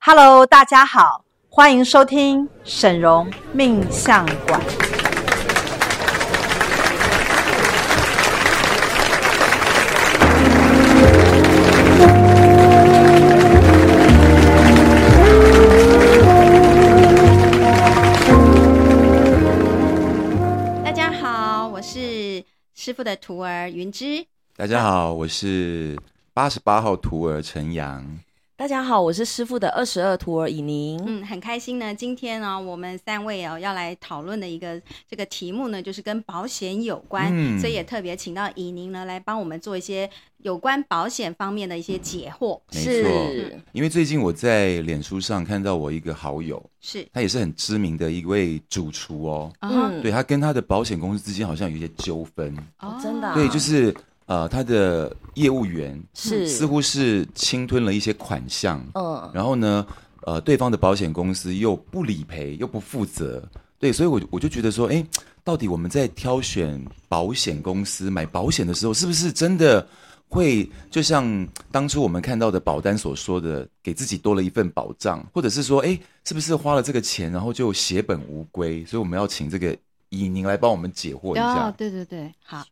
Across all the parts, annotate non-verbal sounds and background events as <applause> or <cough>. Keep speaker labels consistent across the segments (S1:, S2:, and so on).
S1: Hello，大家好，欢迎收听沈荣命相馆。
S2: 大家好，我是师傅的徒儿云芝。
S3: 大家好，我是八十八号徒儿陈阳。
S4: 大家好，我是师傅的二十二徒儿以宁。
S2: 嗯，很开心呢。今天呢、我们三位哦要来讨论的一个这个题目呢，就是跟保险有关，
S3: 嗯
S2: 所以也特别请到以宁呢来帮我们做一些有关保险方面的一些解惑。
S3: 嗯没
S4: 是
S3: 错，因为最近我在脸书上看到我一个好友，
S2: 是，
S3: 他也是很知名的一位主厨哦。
S2: 嗯，
S3: 对他跟他的保险公司之间好像有一些纠纷，
S4: 哦真的啊
S3: 对，就是呃，他的业务员
S4: 是
S3: 嗯似乎是侵吞了一些款项，
S4: 嗯，
S3: 然后呢，呃，对方的保险公司又不理赔，又不负责，对，所以我我就觉得说，哎，到底我们在挑选保险公司买保险的时候，是不是真的会就像当初我们看到的保单所说的，给自己多了一份保障，或者是说，哎，是不是花了这个钱，然后就血本无归？所以我们要请这个以宁来帮我们解惑一下。
S2: 哦，对对对，好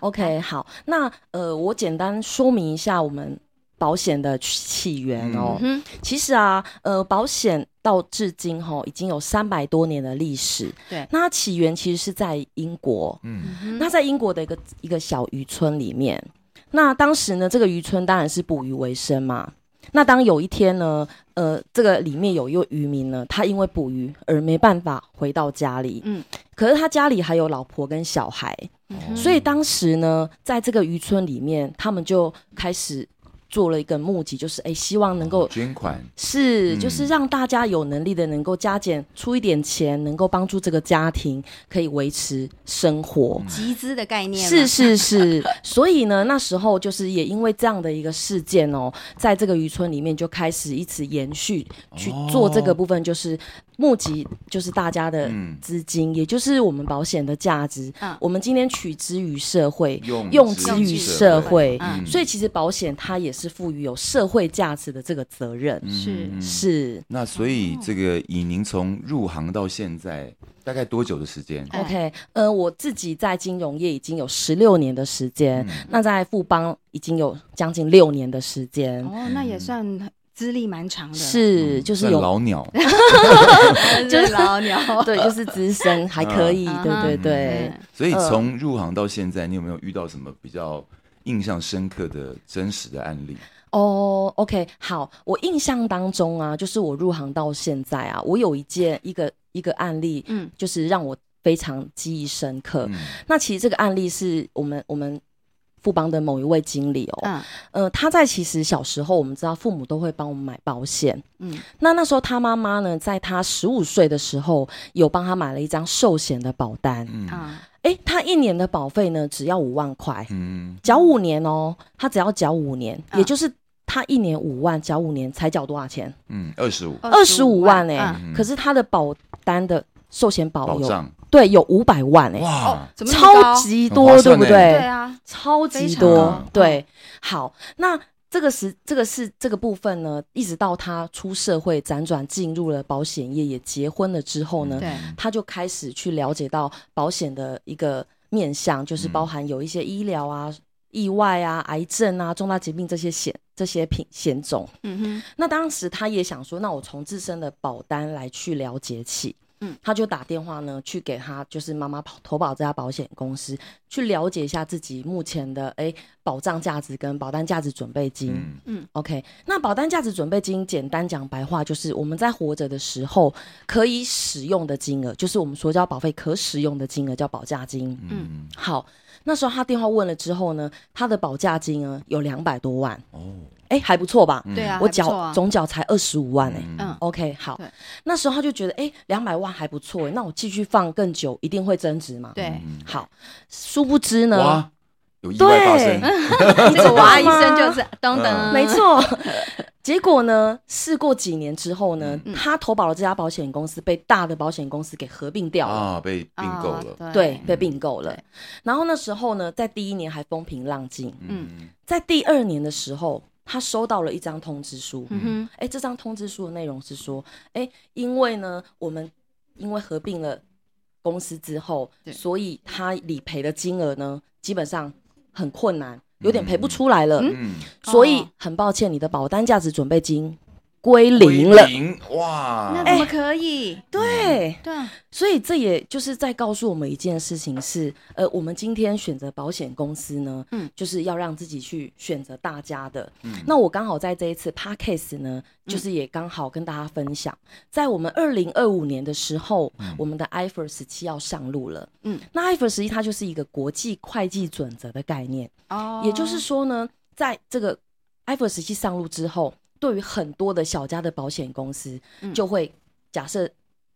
S4: OK，好，那呃，我简单说明一下我们保险的起源哦。
S2: 嗯
S4: 其实啊，呃，保险到至今哈、已经有三百多年的历史。
S2: 对
S4: 那它起源其实是在英国，
S3: 嗯，
S2: 哼，
S4: 那在英国的一个一个小渔村里面，那当时呢，这个渔村当然是捕鱼为生嘛。那当有一天呢，呃，这个里面有一位渔民呢，他因为捕鱼而没办法回到家里，
S2: 嗯
S4: 可是他家里还有老婆跟小孩，
S2: 嗯哼
S4: 所以当时呢，在这个渔村里面，他们就开始做了一个募集，就是哎，希望能够
S3: 捐款，
S4: 是，
S3: 嗯
S4: 就是让大家有能力的能够加减出一点钱，能够帮助这个家庭可以维持生活。
S2: 集资的概念嘛
S4: 是，是 <laughs> 是，所以呢，那时候就是也因为这样的一个事件哦，在这个渔村里面就开始一直延续去做这个部分，就是募集就是大家的
S3: 嗯
S4: 资金，也就是我们保险的价值。
S2: 嗯
S4: 我们今天取之于社会，
S3: 用
S4: 用
S3: 之
S4: 之
S2: 于
S4: 于
S2: 社
S4: 社
S2: 会
S4: 会，
S2: 嗯
S4: 所以其实保险它也是赋予有社会价值的这个责任。
S2: 是
S3: 嗯
S4: 是
S3: 那所以
S4: 哦
S3: 这个以您从入行到现在大概多久的时间？
S2: 哎
S4: OK，呃，我自己在金融业已经有十六年的时间，
S3: 嗯
S4: 那在富邦已经有将近六年的时间。
S2: 哦，那也算资历蛮长的，
S4: 是，就是
S3: 嗯算
S4: 有
S3: 老鸟，
S2: <laughs> 就是老鸟，
S4: <laughs>
S2: <laughs>
S4: 对，就是资深还可以，
S2: 嗯
S4: 对对
S3: 嗯
S4: 对。
S3: 所以
S4: 呃
S3: 从入行到现在，你有没有遇到什么比较印象深刻的真实的案例？
S4: 哦、o k 好，我印象当中啊，就是我入行到现在啊，我有一件一个一个案例，
S2: 嗯
S4: 就是让我非常记忆深刻。
S3: 嗯，
S4: 那其实这个案例是我们我们富邦的某一位经理哦，
S2: 嗯
S4: 呃，他在其实小时候，我们知道父母都会帮我们买保险。
S2: 嗯
S4: 那那时候他妈妈呢，在他十五岁的时候，有帮他买了一张寿险的保单。
S3: 嗯
S2: 啊，
S4: 诶，他一年的保费呢，只要五万块，
S3: 嗯，
S4: 缴五年哦，他只要缴五年，
S2: 嗯
S4: 也就是他一年五万，缴五年才缴多少钱？
S3: 嗯，二十五
S4: 25万欸
S2: 嗯
S3: 嗯
S4: 可是他的保单的寿险保
S3: 保
S4: 有
S3: 障
S4: 对有五百万哎、
S3: 哇
S2: 哦，，怎么那么
S4: 超
S2: 高
S4: 级
S3: 很
S4: 多，
S3: 划
S4: 对
S3: 算
S4: 不
S3: 欸
S4: 对？
S2: 对啊，
S4: 超
S2: 非
S4: 级
S2: 常嗯
S4: 多
S2: 高，
S4: 对，好，那这个是这个是这个部分呢，一直到他出社会，辗转进入了保险业，也结婚了之后呢，
S2: 嗯对，
S4: 他就开始去了解到保险的一个面向，就是
S3: 嗯
S4: 包含有一些医疗啊、意外啊、癌症啊、重大疾病这些险这些品险种。
S2: 嗯
S4: 那当时他也想说，那我从自身的保单来去了解起。
S2: 嗯
S4: 嗯，他就打电话呢，去给他就是妈妈投保这家保险公司，去了解一下自己目前的哎保障价值跟保单价值准备金。
S3: 嗯，
S4: OK，那保单价值准备金，简单讲白话就是我们在活着的时候可以使用的金额，就是我们所交保费可使用的金额叫保价金。
S3: 嗯，
S4: 好，那时候他电话问了之后呢，他的保价金呢有两百多万，
S3: 哦，
S4: 哎，还不错吧？
S3: 嗯
S2: 哼，对啊，
S4: 我
S2: 还不错
S4: 缴、
S2: 啊
S4: 总缴才二十五万哎、
S3: 哦
S2: 嗯
S4: OK，好
S2: 对，
S4: 那时候他就觉得，哎、两百万还不错、哎那我继续放更久，一定会增值嘛。
S2: 对，
S3: 嗯
S4: <laughs> 好，殊不知呢，
S3: 哇，有意外发生，
S2: 你走哇一
S4: 吗
S2: 声就是噔噔，
S3: 嗯
S4: 没，错。 <laughs> 结果呢？事过几年之后呢，
S2: 嗯
S4: 他投保了这家保险公司，被大的保险公司给合并掉了，
S3: 啊，被并购了，
S2: 啊
S4: 对，被并购了
S2: 对。
S4: 然后那时候呢，在第一年还风平浪静，
S2: 嗯
S3: 嗯，
S4: 在第二年的时候，他收到了一张通知书，
S2: 嗯哼，
S4: 哎，这张通知书的内容是说，哎，因为呢，我们因为合并了公司之后，
S2: 对
S4: 所以他理赔的金额呢，基本上很困难，有点赔不出来了，
S3: 嗯，
S4: 所以
S2: 哦
S4: 很抱歉，你的保单价值准备金归零
S3: 归
S4: 了。
S3: 零哇，
S2: 那怎么可以？
S4: 对，
S2: 对啊，
S4: 所以这也就是在告诉我们一件事情是，呃，我们今天选择保险公司呢，
S2: 嗯
S4: 嗯，就是要让自己去选择大家的。
S3: 嗯
S4: 那我刚好在这一次 p a d c a s e 呢，
S2: 嗯
S4: 就是也刚好跟大家分享，在我们二零二五年的时候，我们的 IFR E 十七要上路了。
S2: 嗯
S4: 嗯，那 IFR 十一它就是一个国际会计准则的概念，
S2: 哦，
S4: 也就是说呢，在这个 iPhone E 十七上路之后，对于很多的小家的保险公司，
S2: 嗯
S4: 就会假设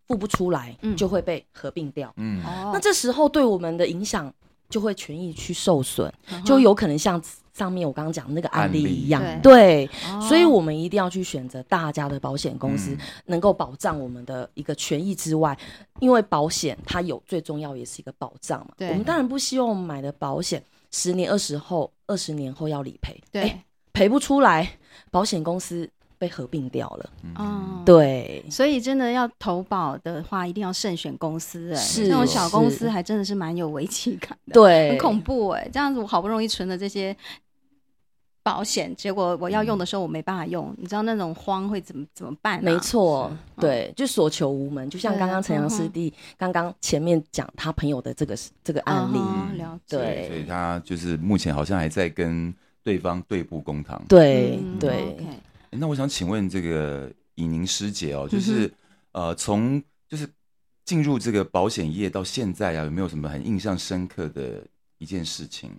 S4: 付不出来，
S2: 嗯
S4: 就会被合并掉。
S3: 嗯
S2: 哦，
S4: 那这时候对我们的影响就会权益去受损，
S2: 嗯哼
S4: 就有可能像上面我刚刚讲的那个案例
S3: 案例
S4: 一样，
S2: 对
S4: 对。
S2: 哦
S4: 所以，我们一定要去选择大家的保险公司
S3: 嗯，
S4: 能够保障我们的一个权益之外，因为保险它有最重要也是一个保障嘛。
S2: 对
S4: 我们当然不希望我们买的保险十年、二十后、二十年后要理赔，
S2: 对
S4: 诶，赔不出来，保险公司被合并掉了。哦
S2: 嗯，
S4: 对，
S2: 所以真的要投保的话，一定要慎选公司、哎，
S4: 是
S2: 那种小公司
S4: 是
S2: 还真的是蛮有危机感的，，
S4: 对，
S2: 很恐怖哎、这样子我好不容易存的这些保险，结果我要用的时候我没办法用，你知道那种慌会怎么怎么办、啊？
S4: 嗯没，错，对，就所求无门。就像
S2: 对
S4: 刚刚陈阳
S2: 嗯哼
S4: 师弟刚刚前面讲他朋友的这个这个案例，
S2: 嗯哼了解，
S4: 对
S3: 所以他就是目前好像还在跟对方对簿公堂。
S4: 对
S2: 嗯
S4: 对
S2: OK
S3: 诶那我想请问这个以宁师姐
S4: 嗯
S3: 哦，就是、呃，从就是进入这个保险业到现在啊，有没有什么很印象深刻的一件事情？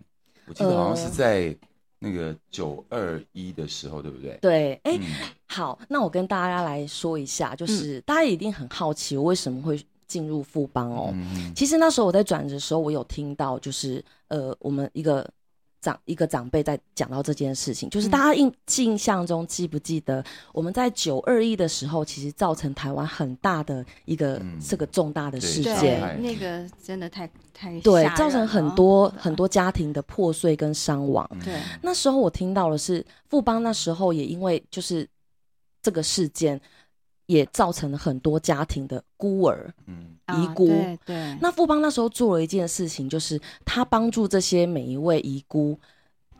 S3: 我记得好像是
S4: 呃
S3: 在那个九二一的时候，对不对？
S4: 对，哎，
S3: 嗯
S4: 好，那我跟大家来说一下，
S2: 嗯
S4: 就是、大家一定很好奇我为什么会进入富邦哦。
S3: 嗯
S4: 其实那时候我在转职的时候，我有听到就是呃，我们一个长一个长辈在讲到这件事情，就是
S2: 嗯
S4: 大家印印象中记不记得我们在九二一的时候，其实造成台湾很大的一个、
S3: 嗯
S4: 这个重大的
S3: 对
S4: 事
S3: 伤
S4: 件。
S3: 害
S2: 对，那个真的太太吓，
S4: 对
S2: 人哦
S4: 造成很
S2: 了
S4: 多很多家庭的破碎跟伤亡。
S3: 嗯
S2: 对
S4: 那时候我听到的是，富邦那时候也因为就是这个事件，也造成了很多家庭的孤儿。
S3: 嗯
S2: 啊
S4: 遗孤
S2: 对对，
S4: 那富邦那时候做了一件事情，就是他帮助这些每一位遗孤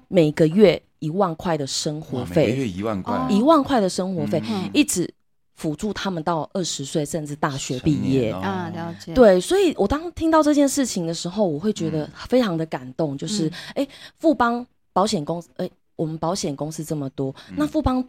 S4: 每个月一万块的生活
S3: 哇每个
S4: 费，
S3: 月一万块，啊
S2: 哦
S4: 一万块的生活费，
S2: 嗯
S4: 一直辅助他们到二十岁甚至大学毕
S3: 成年
S4: 业。
S3: 哦
S2: 啊了解，
S4: 对，所以我当听到这件事情的时候，我会觉得
S3: 嗯
S4: 非常的感动，就是
S2: 嗯
S4: 哎、诶富邦保险公司，哎、我们保险公司这么多，那
S3: 嗯
S4: 富邦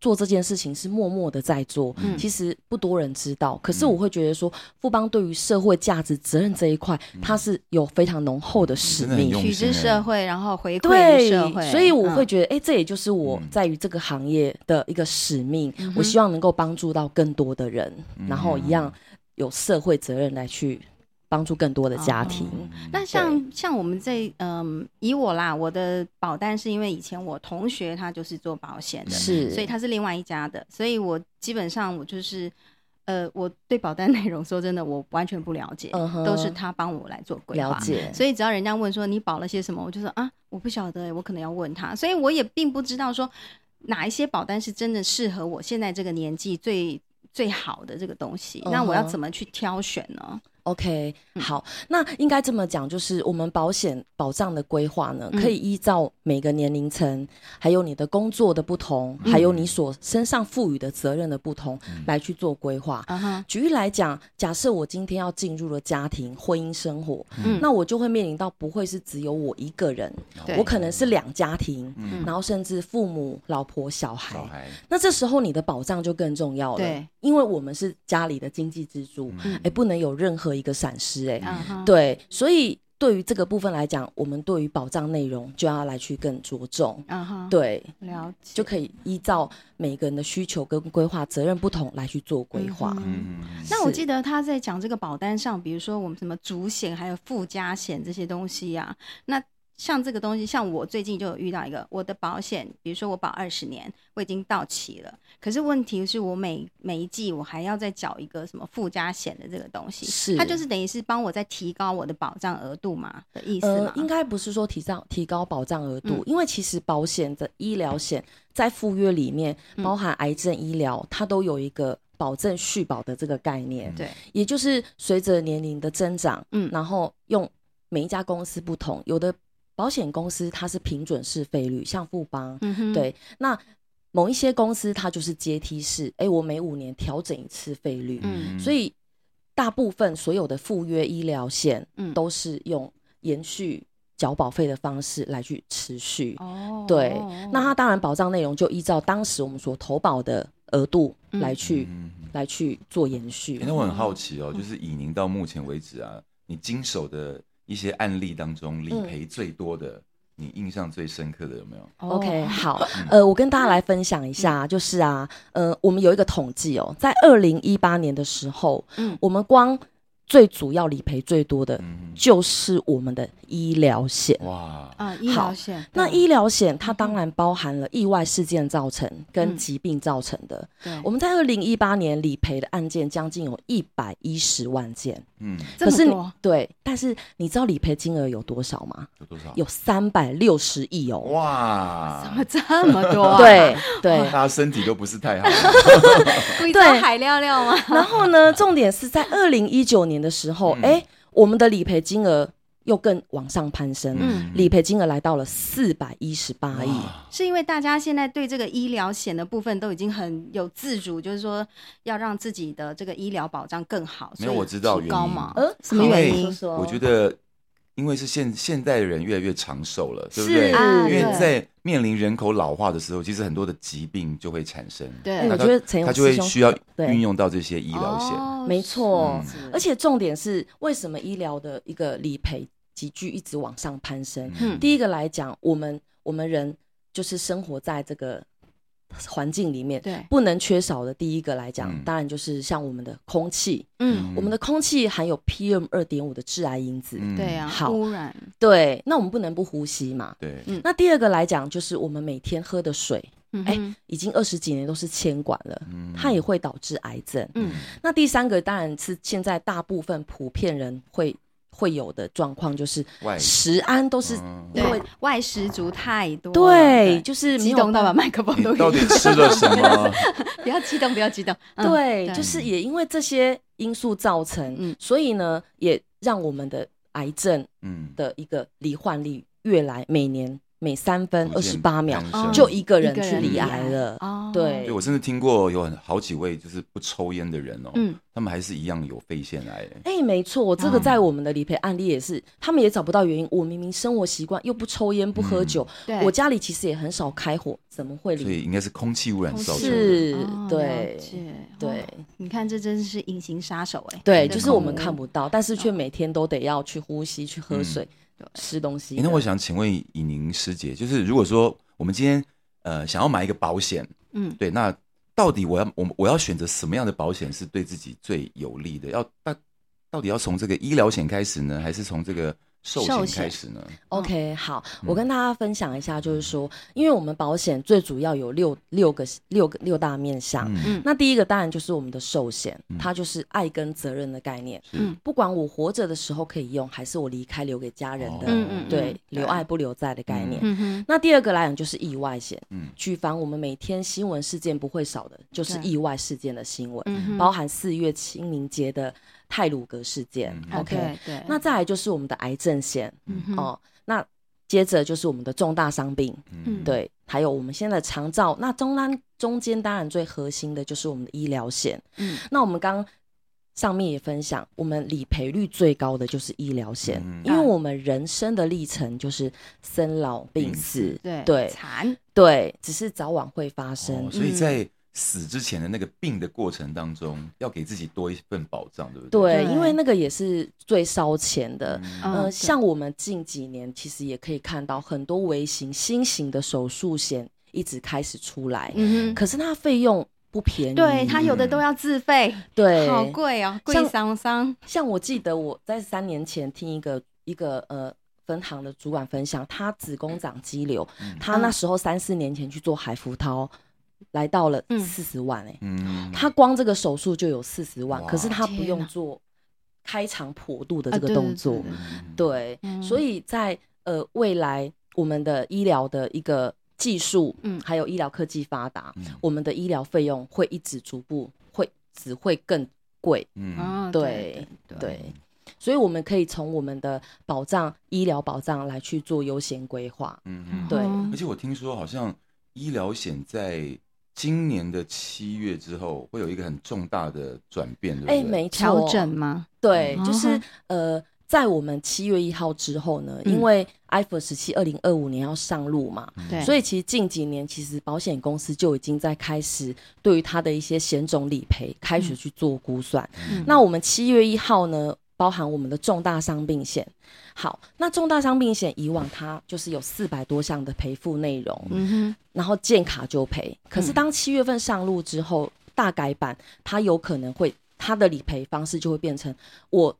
S4: 做这件事情是默默的在做，
S2: 嗯
S4: 其实不多人知道，可是
S3: 嗯
S4: 我会觉得说，富邦对于社会价值责任这一块，它是有非常浓厚的使
S3: 嗯真的很
S4: 命
S3: 用。
S2: 取之
S3: 心欸
S2: 社会，然后回馈于
S4: 对
S2: 社会，，
S4: 所以我会
S2: 嗯
S4: 觉得，哎、这也就是我
S3: 嗯
S4: 在于这个行业的一个使命。
S2: 嗯
S4: 我
S2: 哼
S4: 希望能够帮助到更多的人，
S3: 嗯
S4: 然后一样有社会责任来去帮助更多的家庭。
S3: 嗯
S2: 那像像我们这嗯，以我啦，我的保单是因为以前我同学他就是做保险的，
S3: 嗯
S4: 是，
S2: 所以他是另外一家的，所以我基本上我就是呃，我对保单内 <laughs> 容说真的我完全不了解，
S4: 嗯哼
S2: 都是他帮我来做规
S4: 了
S2: 划。
S4: 解，
S2: 所以只要人家问说你保了些什么，我就说啊，我不晓得、我可能要问他，所以我也并不知道说哪一些保单是真的适合我现在这个年纪最最好的这个东西。那我要
S4: 嗯哼
S2: 怎么去挑选呢？
S4: OK，好，
S2: 嗯
S4: 那应该这么讲，就是我们保险保障的规划呢，
S2: 嗯
S4: 可以依照每个年龄层，还有你的工作的不同，还有你所身上赋予的责任的不同，来去做规划。
S2: 啊哈，
S4: 举例来讲，假设我今天要进入了家庭、婚姻生活，
S2: 嗯
S4: 那我就会面临到不会是只有我一个人，
S2: 对
S4: 我可能是两家庭，
S3: 嗯
S4: 然后甚至父母、老婆、小孩。
S3: 小孩，
S4: 那这时候你的保障就更重要了
S2: 对，
S4: 因为我们是家里的经济支柱，哎、
S3: 嗯
S4: 不能有任何一个闪失、哎、
S2: 啊哈，
S4: 对，所以对于这个部分来讲，我们对于保障内容就要来去更着重，
S2: 啊哈，
S4: 对，
S2: 了解，
S4: 就可以依照每个人的需求跟规划责任不同来去做规划。
S2: 嗯
S3: 嗯嗯
S2: 那我
S4: 是
S2: 记得他在讲这个保单上，比如说我们什么主险还有附加险这些东西呀、那像这个东西，像我最近就有遇到一个，我的保险，比如说我保二十年，我已经到期了，可是问题是我每每一季我还要再缴一个什么附加险的这个东西，
S4: 是
S2: 嗯它就是等于是帮我在提高我的保障额度嘛的意思
S4: 呃
S2: 嘛，？
S4: 应该不是说提上提高保障额度，
S2: 嗯
S4: 因为其实保险的医疗险在附约里面
S2: 嗯
S4: 包含癌症医疗，它都有一个保证续保的这个概念，
S2: 对，
S4: 也就是随着年龄的增长，
S2: 嗯
S4: 然后用每一家公司不同，有的保险公司它是平准式费率，像富邦，
S2: 嗯哼，
S4: 对，那某一些公司它就是阶梯式，哎，我每五年调整一次费率，
S2: 嗯
S4: 所以大部分所有的赴约医疗险，
S2: 嗯
S4: 都是用延续缴保费的方式来去持续。
S2: 哦，
S4: 对
S2: 哦
S4: 那它当然保障内容就依照当时我们所投保的额度
S2: 嗯
S4: 来去、
S3: 嗯
S4: 来去做延续
S3: 欸。那我很好奇
S4: 嗯
S3: 哦，就是以您到目前为止啊，你经手的一些案例当中，
S4: 嗯
S3: 理赔最多的，你印象最深刻的有没有？嗯
S2: 哦嗯
S4: OK，好，呃，我跟大家来分享一下，就是啊，呃，我们有一个统计哦，在二零一八年的时候，
S2: 嗯
S4: 我们光最主要理赔最多的
S3: 嗯，
S4: 就是我们的医疗险。
S3: 哇，
S2: 啊，医疗
S4: 好
S2: 险，
S4: 那
S2: 对
S4: 医疗险它当然包含了意外事件造成跟
S2: 嗯
S4: 疾病造成的。
S2: 对
S4: 我们在二零一八年理赔的案件将近有一百一十万件，
S3: 嗯，
S2: 这么
S4: 可是你
S2: 多
S4: 对，但是你知道理赔金额有多少吗？
S3: 有多少？
S4: 有三百六十亿哦。
S3: 哇，
S2: 怎么这么多啊？
S4: 对对嗯
S3: 大，家身体都不是太好，
S2: 贵州
S4: 对
S2: 海料料吗？
S4: 然后
S2: <laughs>
S4: 呢，重点是在二零一九年的时候，
S3: 嗯
S4: 哎、我们的理赔金额又更往上攀升，
S2: 嗯
S4: 理赔金额来到了四百一十八亿。
S3: 哇
S2: 是因为大家现在对这个医疗险的部分都已经很有自主，就是说要让自己的这个医疗保障更好。
S3: 没有
S2: 所以
S3: 我知道
S2: 提高
S3: 原因
S2: 嘛？
S4: 呃
S2: 什么原
S4: 好
S2: 因
S4: 你？说
S3: 哎我觉得。因为是现现代的人越来越长寿了，对不
S2: 是
S3: 对？
S2: 啊
S3: 因为
S2: 对
S3: 在面临人口老化的时候，其实很多的疾病就会产生，
S4: 哎
S2: 对
S4: 我
S3: 那，
S4: 觉得陈
S3: 他
S4: 勇
S3: 就会
S4: 师兄
S3: 需要
S4: 对
S3: 运用到这些医疗险。嗯
S2: 哦
S4: 没错
S2: 是这样子
S4: 而且重点是，为什么医疗的一个理赔急剧一直往上攀升？
S2: 嗯
S4: 第一个来讲，我们我们人就是生活在这个环境里面，
S2: 对，
S4: 不能缺少的第一个来讲，
S3: 嗯
S4: 当然就是像我们的空气，
S2: 嗯，
S4: 我们的空气含有 PM 二点五的致癌因子，
S3: 嗯
S2: 对啊，
S4: 好
S2: 污染，
S4: 对，那我们不能不呼吸嘛。
S3: 对，
S2: 嗯
S4: 那第二个来讲，就是我们每天喝的水，
S2: 嗯
S4: 哎
S2: 哼
S4: 已经二十几年都是铅管了，
S3: 嗯 <laughs>
S4: 它也会导致癌症。
S2: 嗯
S4: 那第三个当然是现在大部分普遍人会会有的状况，就是
S3: 外
S4: 食安都是
S3: 嗯
S4: 因为
S2: 对，外食族太多了，
S4: 对，就是没
S2: 激
S4: 有
S2: 动到把
S4: 办
S2: 麦克风
S3: 你
S2: 都
S3: 到底
S2: 给，
S3: 吃了什么？
S2: <laughs> 不要激动，不要激动，嗯
S4: 对
S2: 对，
S4: 就是也因为这些因素造成，
S2: 嗯
S4: 所以呢，也让我们的癌症
S3: 嗯，
S4: 的一个罹患率越来每年每三分
S3: 逐
S4: 二
S3: 渐
S4: 十八秒
S3: 攀升
S4: 就一个人
S2: 一个
S4: 去
S2: 人
S4: 罹
S2: 罹
S4: 癌
S2: 癌
S4: 了，
S2: 哦，
S4: 对
S3: 对我真的听过有很好几位就是不抽烟的人哦，
S2: 嗯
S3: 他们还是一样有肺腺癌。
S4: 哎、没错，我这个
S3: 嗯
S4: 在我们的理赔案例也是，他们也找不到原因。我明明生活习惯又不抽烟不喝酒，
S2: 对，
S4: 我家里其实也很少开火，怎么会
S3: 所
S4: 理？
S3: 以应该嗯是空气污染造成的。
S4: 是
S2: 哦，
S4: 对
S2: 了解
S4: 对
S2: 哦你看这真是隐形杀手哎，
S4: 对，
S2: 这
S4: 就是
S2: 恐
S4: 我们
S2: 怖
S3: 哦
S4: 看不到，但是却每天都得要去呼吸、去喝水、
S2: 对
S4: 吃东
S3: 嗯
S4: 西
S3: 诶
S4: 的。
S3: 那我想请问以宁师姐，就是如果说我们今天呃想要买一个保险，
S2: 嗯
S3: 对，那到底我要我我要选择什么样的保险是对自己最有利的？要大到底要从这个医疗险开始呢，还是从这个寿
S2: 寿
S3: 险
S2: 险
S3: 开始呢？
S4: OK，好，
S3: 嗯
S4: 我跟大家分享一下，就是说，因为我们保险最主要有六六个六个六大面向。
S2: 嗯
S4: 那第一个当然就是我们的寿险
S3: 嗯，
S4: 它就是爱跟责任的概念。
S3: 嗯
S4: 不管我活着的时候可以用，还是我离开留给家人
S3: 哦
S4: 的，
S2: 嗯嗯，
S4: 对
S2: 嗯，
S4: 留爱不留在的概念。
S2: 嗯哼，
S4: 那第二个来讲就是意外险，
S3: 嗯
S4: 举凡我们每天新闻事件不会少的，就是
S2: 对
S4: 意外事件的新闻，
S2: 嗯哼
S4: 包含四月清明节的泰鲁格事件。
S3: 嗯
S4: OK，、
S2: 对对，
S4: 那再来就是我们的癌症险、
S2: 嗯哼
S4: 哦，那接着就是我们的重大伤病，
S2: 嗯
S3: 哦
S4: 对，还有我们现在的长照。那中间中间当然最核心的就是我们的医疗险。
S2: 嗯
S4: 那我们刚上面也分享，我们理赔率最高的就是医疗险，
S3: 嗯
S4: 因为我们人生的历程就是生老病
S3: 病
S4: 死，
S2: 对
S4: 对
S2: 残
S4: 对，只是早晚会发生。
S3: 哦，所以
S2: 嗯
S3: 在死之前的那个病的过程当中，要给自己多一份保障，对不对？
S4: 对，
S2: 对
S4: 因为那个也是最烧钱的。
S3: 嗯
S2: 嗯
S4: 呃，
S2: 对
S4: 像我们近几年其实也可以看到很多微型、新型的手术险一直开始出来，
S2: 嗯哼，
S4: 可是它费用不便宜。
S2: 对他有的都要自费，
S4: 对，
S2: 好贵哦，贵
S4: 像
S2: 桑桑，
S4: 像我记得我在三年前听一个一个呃分行的主管分享，他子宫长肌瘤，
S3: 嗯
S4: 他那时候三四年前去做海服掏，来到了
S2: 嗯
S4: 四十万哎、
S3: 嗯，
S4: 他光这个手术就有四十万，
S3: 哇
S4: 可是他不
S2: 天
S4: 用
S2: 哪
S4: 做开肠破肚的
S2: 啊
S4: 这个
S2: 对
S4: 动
S2: 对
S4: 作，
S2: 对
S4: 对，
S2: 嗯
S4: 所以在呃未来我们的医疗的一个技术，
S2: 嗯
S4: 嗯，还有医疗科技发达，
S3: 嗯
S4: 我们的医疗费用会一直逐步会只会更贵，
S3: 嗯
S2: 啊，
S4: 对
S2: 对
S4: 对。所以我们可以从我们的保障、医疗保障来去做优先规划。
S3: 嗯
S4: 对
S2: 哦
S3: 而且我听说好像医疗险在今年的七月之后会有一个很重大的转变，对不对？
S4: 哎，没错，
S2: 调整吗？
S4: 对，
S2: 嗯
S4: 就是
S2: 哦
S4: 呃，在我们七月一号之后呢，
S2: 嗯
S4: 因为 iPhone 十七二零二五年要上路嘛，
S3: 嗯
S2: 对，
S4: 所
S2: 以
S4: 以其实近几年，其实保险公司就已经在开始对于它的一些险种理赔开始去做估算。
S2: 嗯
S4: 那我们七月一号呢，包含我们的重大伤病险。好，那重大伤病险以往它就是有四百多项的赔付内容，
S2: 嗯
S4: 然后健卡就赔。可
S3: 嗯
S4: 是当七月份上路之后，大改版，它有可能会它的理赔方式就会变成我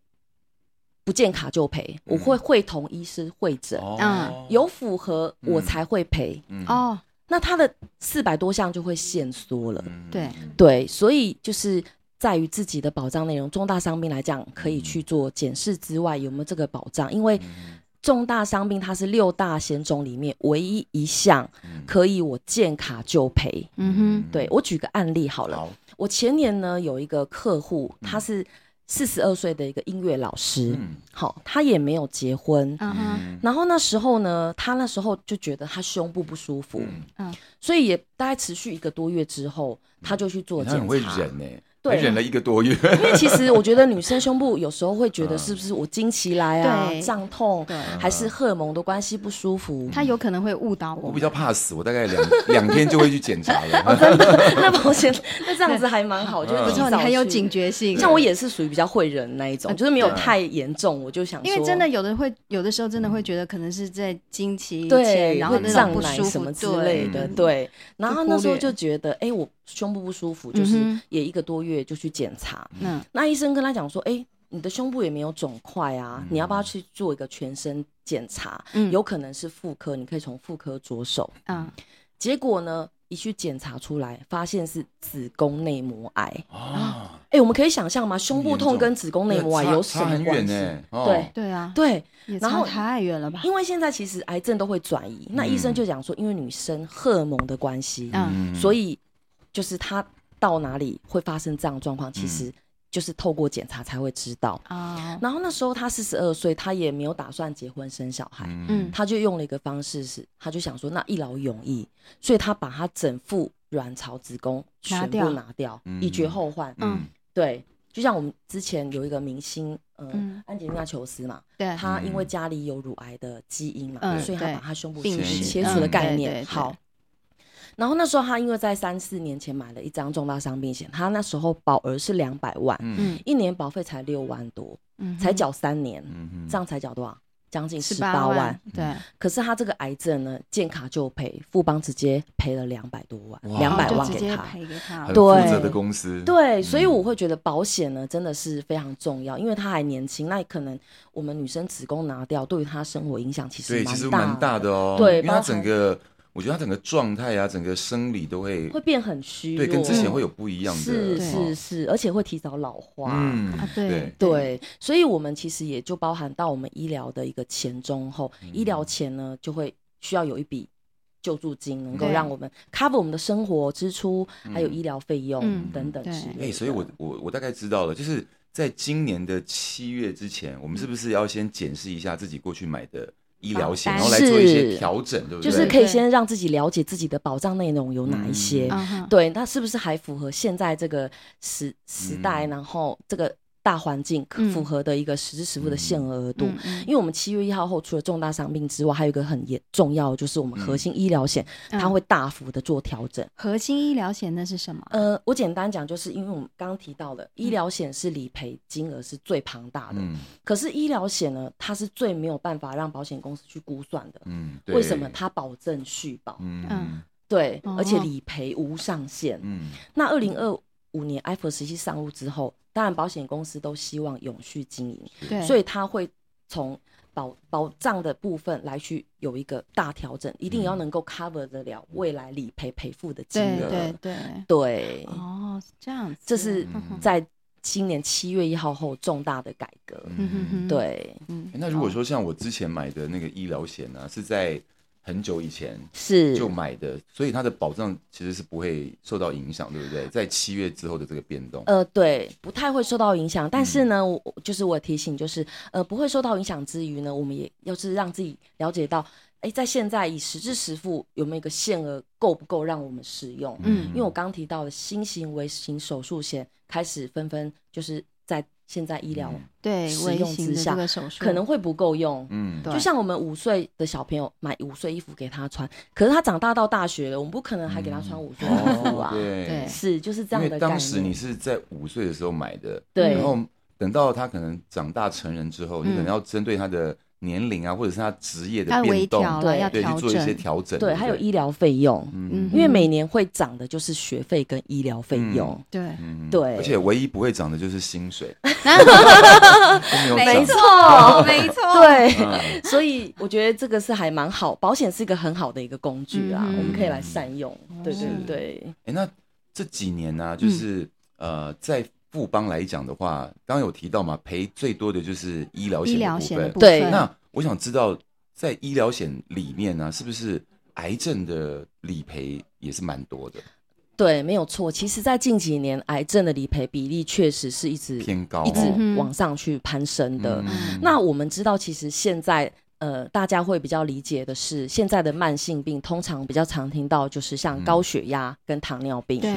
S4: 不健卡就赔，我会会同医师会诊，
S3: 嗯哦，
S4: 嗯有符合我
S3: 嗯
S4: 才会赔。
S3: 嗯
S2: 哼，，哦，
S4: 那它的四百多项就会限缩了。
S3: 嗯
S2: 对
S4: 对，所以就是在于自己的保障内容，重大伤病来讲，可以
S3: 嗯
S4: 去做检视之外，有没有这个保障？因为重大伤病它是六大险种里面唯一一项
S3: 嗯
S4: 可以我健卡就赔。
S2: 嗯
S3: 嗯
S4: 对我举个案例好了，
S3: 好，
S4: 我前年呢有一个客户，他
S3: 嗯
S4: 是四十二岁的一个音乐老师，
S3: 嗯
S4: 好，他也没有结婚。
S2: 哼，啊哈，
S3: 嗯
S4: 然后那时候呢，他那时候就觉得他胸部不舒服，
S3: 嗯
S4: 所以也大概持续一个多月之后，他就去做
S3: 欸他
S4: 检查。
S3: 很会忍呢，
S4: 对
S3: 还忍了一个多月，
S4: 因为其实我觉得女生胸部有时候会觉
S3: 嗯
S4: 得是不是我经期来啊、
S2: 对
S4: 胀痛，
S2: 对，
S4: 还是荷尔蒙的关系不舒服。
S3: 嗯
S2: 他有可能会误导我
S3: 我
S2: 们，
S3: 比较怕死，我大概两两天就会去检查了。
S4: <laughs> <laughs> 那保险那这样子还蛮好，就
S3: 嗯
S4: 是
S2: 不错，
S4: 提
S2: 你
S4: 早
S2: 很有
S4: 去
S2: 警。觉性，
S4: 像我也是属于比较会忍那一种，就是没有太严重，我就想
S2: 嗯
S4: 说，
S2: 因为真的有的会，有的时候真的会觉得可能是在经期前，
S4: 对，
S2: 然后
S4: 会
S2: 那
S4: 胀
S2: 种不
S4: 奶
S2: 舒
S4: 什
S2: 服
S4: 么之类的，
S2: 对，
S4: 对。然后
S2: 忽
S4: 那时候
S2: 略
S4: 就觉得，哎，我胸部不舒服，就是
S2: 嗯哼
S4: 也一个多月就去检查，
S2: 嗯
S4: 那医生跟他讲说，哎、你的胸部也没有肿块啊，你要不要去做一个全身检查？
S2: 嗯
S4: 有可能是妇科，你可以从妇科着手。
S2: 啊，
S4: 结果呢，一去检查出来，发现是子宫内膜癌。
S3: <laughs> 啊，
S4: 哎、我们可以想象吗？胸部
S3: 严
S4: 痛
S3: 重
S4: 跟子宫内膜癌
S3: 差
S4: 有什
S3: 差很
S4: 么关
S3: 远
S4: 系？
S3: 呢？哦
S4: 对
S2: 对啊，
S4: 对，
S2: 也差
S4: 然后
S2: 太远了吧？
S4: 因为现在其实癌症都会转移，那医生就讲说，因为女生荷尔蒙的关系，
S2: 嗯，
S4: 所以就是她到哪里会发生这样的状况，其
S2: 嗯
S4: 实就是透过检查才会知道。
S2: 啊，
S4: 然后那时候他四十二岁，他也没有打算结婚生小孩，
S2: 嗯
S4: 他就用了一个方式是，他就想说那一劳永逸，所以他把他整副卵巢、子宫
S2: 拿
S4: 全部
S2: 掉
S4: 拿掉，
S3: 嗯
S4: 以绝后患。
S2: 嗯
S4: 对，就像我们之前有一个明星，呃，
S2: 嗯
S4: 安吉丽娜·裘斯嘛，
S2: 对，
S4: 她因为家里有乳癌的基因嘛，
S2: 嗯
S4: 所以她
S2: 对
S4: 把她胸部
S2: 病
S3: 史
S4: 切除的
S3: 嗯
S4: 概
S2: 对
S4: 念、
S2: 对对
S4: 好。然后那时候她因为在三四年前买了一张重大伤病险，她那时候保额是两百万，
S3: 嗯
S2: 嗯
S4: 一年保费才六万多，
S2: 嗯哼，
S4: 才缴三年，
S3: 嗯
S4: 这样才缴多少？将近十
S2: 18
S4: 八万。，
S2: 对，哦
S4: 可是他这个癌症呢，健卡就赔，富邦直接赔了两百多万，
S3: 哇
S4: 两
S2: 然
S4: 百
S2: 后哦
S4: 万
S2: 就直
S4: 给
S2: 接
S4: 他。
S2: 赔给他
S3: 很
S2: 了，
S3: 负
S4: 对
S3: 责的公司，
S4: 对，
S3: 嗯
S4: 所以我会觉得保险呢真的是非常重要，因为他还年轻，那可能我们女生子宫拿掉，对于她生活影响其实
S3: 对，
S4: 蛮
S3: 其实
S4: 大
S3: 蛮大的哦，
S4: 对
S3: 因为
S4: 包
S3: 他
S4: 含
S3: 整个，我觉得他整个状态啊，整个生理都会
S4: 会变很虚弱，
S3: 对，跟之前会有不一样的，
S4: 是
S2: 对
S4: 是是，而且会提早老化。
S3: 嗯
S2: 啊对
S3: 对，
S4: 对，所以我们其实也就包含到我们医疗的一个前中后，
S3: 嗯
S4: 医疗前呢就会需要有一笔救助金，能够
S2: 对
S4: 让我们 cover 我们的生活支出，还有医疗费用、
S2: 嗯
S4: 等等
S2: 对
S4: 之类
S3: 哎、
S4: 的
S3: 所以我我我大概知道了，就是在今年的七月之前，我们是不是要先检视一下自己过去买的医疗险，
S2: 保单
S3: 然后来做一些
S4: 是
S3: 调整，对不对？
S4: 就是
S2: 对
S4: 可以先让自己了解自己的保障内容有哪一些，
S3: 嗯
S2: 啊哈，
S4: 对，那是不是还符合现在这个时时代，
S3: 嗯
S4: 然后这个大环境可
S2: 嗯
S4: 符合的一个实支实付的限额额度？
S2: 嗯嗯
S4: 因为我们七月一号后，除了重大伤病之外，还有一个很严重要，就是我们核心医疗险，
S2: 嗯
S4: 它会大幅的做调整。
S2: 核心医疗险那是什么？
S4: 呃，我简单讲，就是因为我们刚刚提到
S2: 嗯
S4: 的，医疗险是理赔金额是最庞大的，
S3: 嗯
S4: 可是医疗险呢，它是最没有办法让保险公司去估算的。
S3: 嗯，对
S4: 为什么？它保证续保？
S3: 嗯
S2: 嗯
S3: 嗯
S4: 对，
S2: 哦
S4: 而且理赔无上限。
S3: 嗯
S4: 那二零二五年 iPhone 十七上路之后，当然保险公司都希望永续经营，
S2: 对，
S4: 所
S2: 以
S4: 以它会从保保障的部分来去有一个大调整，一定要
S3: 嗯
S4: 能够 cover 得了未来理赔赔付的金
S2: 对
S4: 额。
S2: 对对，
S4: 对
S2: 哦，是这样子，
S4: 这是
S2: 嗯哼
S4: 在今年七月一号后重大的改革。
S2: 嗯哼哼，
S4: 对，
S2: 嗯，
S3: 哎那如果说像我之前买的那个医疗险呢，是在很久以前
S4: 是
S3: 就买的，所以它的保障其实是不会受到影响，对不对？在七月之后的这个变动，
S4: 呃，对，不太会受到影响。但
S3: 嗯
S4: 是呢，我我就是我提醒，就是呃，不会受到影响之余呢，我们也要是让自己了解到，哎，在现在以实至实付有没有一个限额够不够让我们使用？
S2: 嗯
S4: 因为我刚提到的新型微型手术险开始纷纷就是在现在医疗
S2: 对，
S4: 使
S2: 微
S4: 用
S2: 型
S4: 之
S2: 的这
S4: 下
S2: 个手术
S4: 可能会不够用，
S3: 嗯，
S2: 对
S4: 就像我们五岁的小朋友买五岁衣服给他穿，可是他长大到大学了，我们不可能还给他穿五岁衣服啊。
S3: 嗯哦对
S2: 对
S4: 是，就是这
S3: 因
S4: 样
S3: 为
S4: 的概念。
S3: 当时你是在五岁的时候买的，
S4: 对
S3: 然后等到他可能长大成人之后，你可能要针对他的年龄啊，或者是他职业的
S2: 要微
S3: 变动，
S2: 调了，
S4: 对
S2: 要
S3: 对，去
S2: 调
S3: 做一些
S2: 整，
S3: 调整。
S4: 对，
S3: 不
S4: 还有医疗费用，
S2: 嗯
S4: 因为每年会涨的就是学费跟医疗费用。
S2: 对，
S3: <laughs> 嗯
S4: 对
S3: 而且唯一不会涨的就是薪水，
S2: <laughs>
S3: 都没有
S2: 没
S3: 涨。
S4: <laughs>
S2: 错，没错，
S4: 对，
S3: 嗯
S4: 所以我觉得这个是还蛮好，保险是一个很好的一个工具啊，
S2: 嗯哼哦
S4: 我们可以来善用。对对
S2: 是
S4: 对，
S3: 哎，那这几年呢、就是、呃，在富邦来讲的话，刚刚有提到嘛，赔最多的就是医疗
S2: 医
S3: 险
S2: 疗
S3: 的部
S2: 险的
S3: 分
S2: 部。
S4: 对
S2: 分，
S3: 那我想知道，在医疗险里面呢、是不是癌症的理赔也是蛮多的，
S4: 对，没有错。其实，在近几年，癌症的理赔比例确实是一直
S3: 偏高、哦，
S4: 一直
S2: 嗯哼
S4: 往上去攀升的。
S3: 嗯
S4: 那我们知道，其实现在呃，大家会比较理解的是，现在的慢性病通常比较常听到就是像
S3: 嗯
S4: 高血压跟糖尿病。
S2: 对，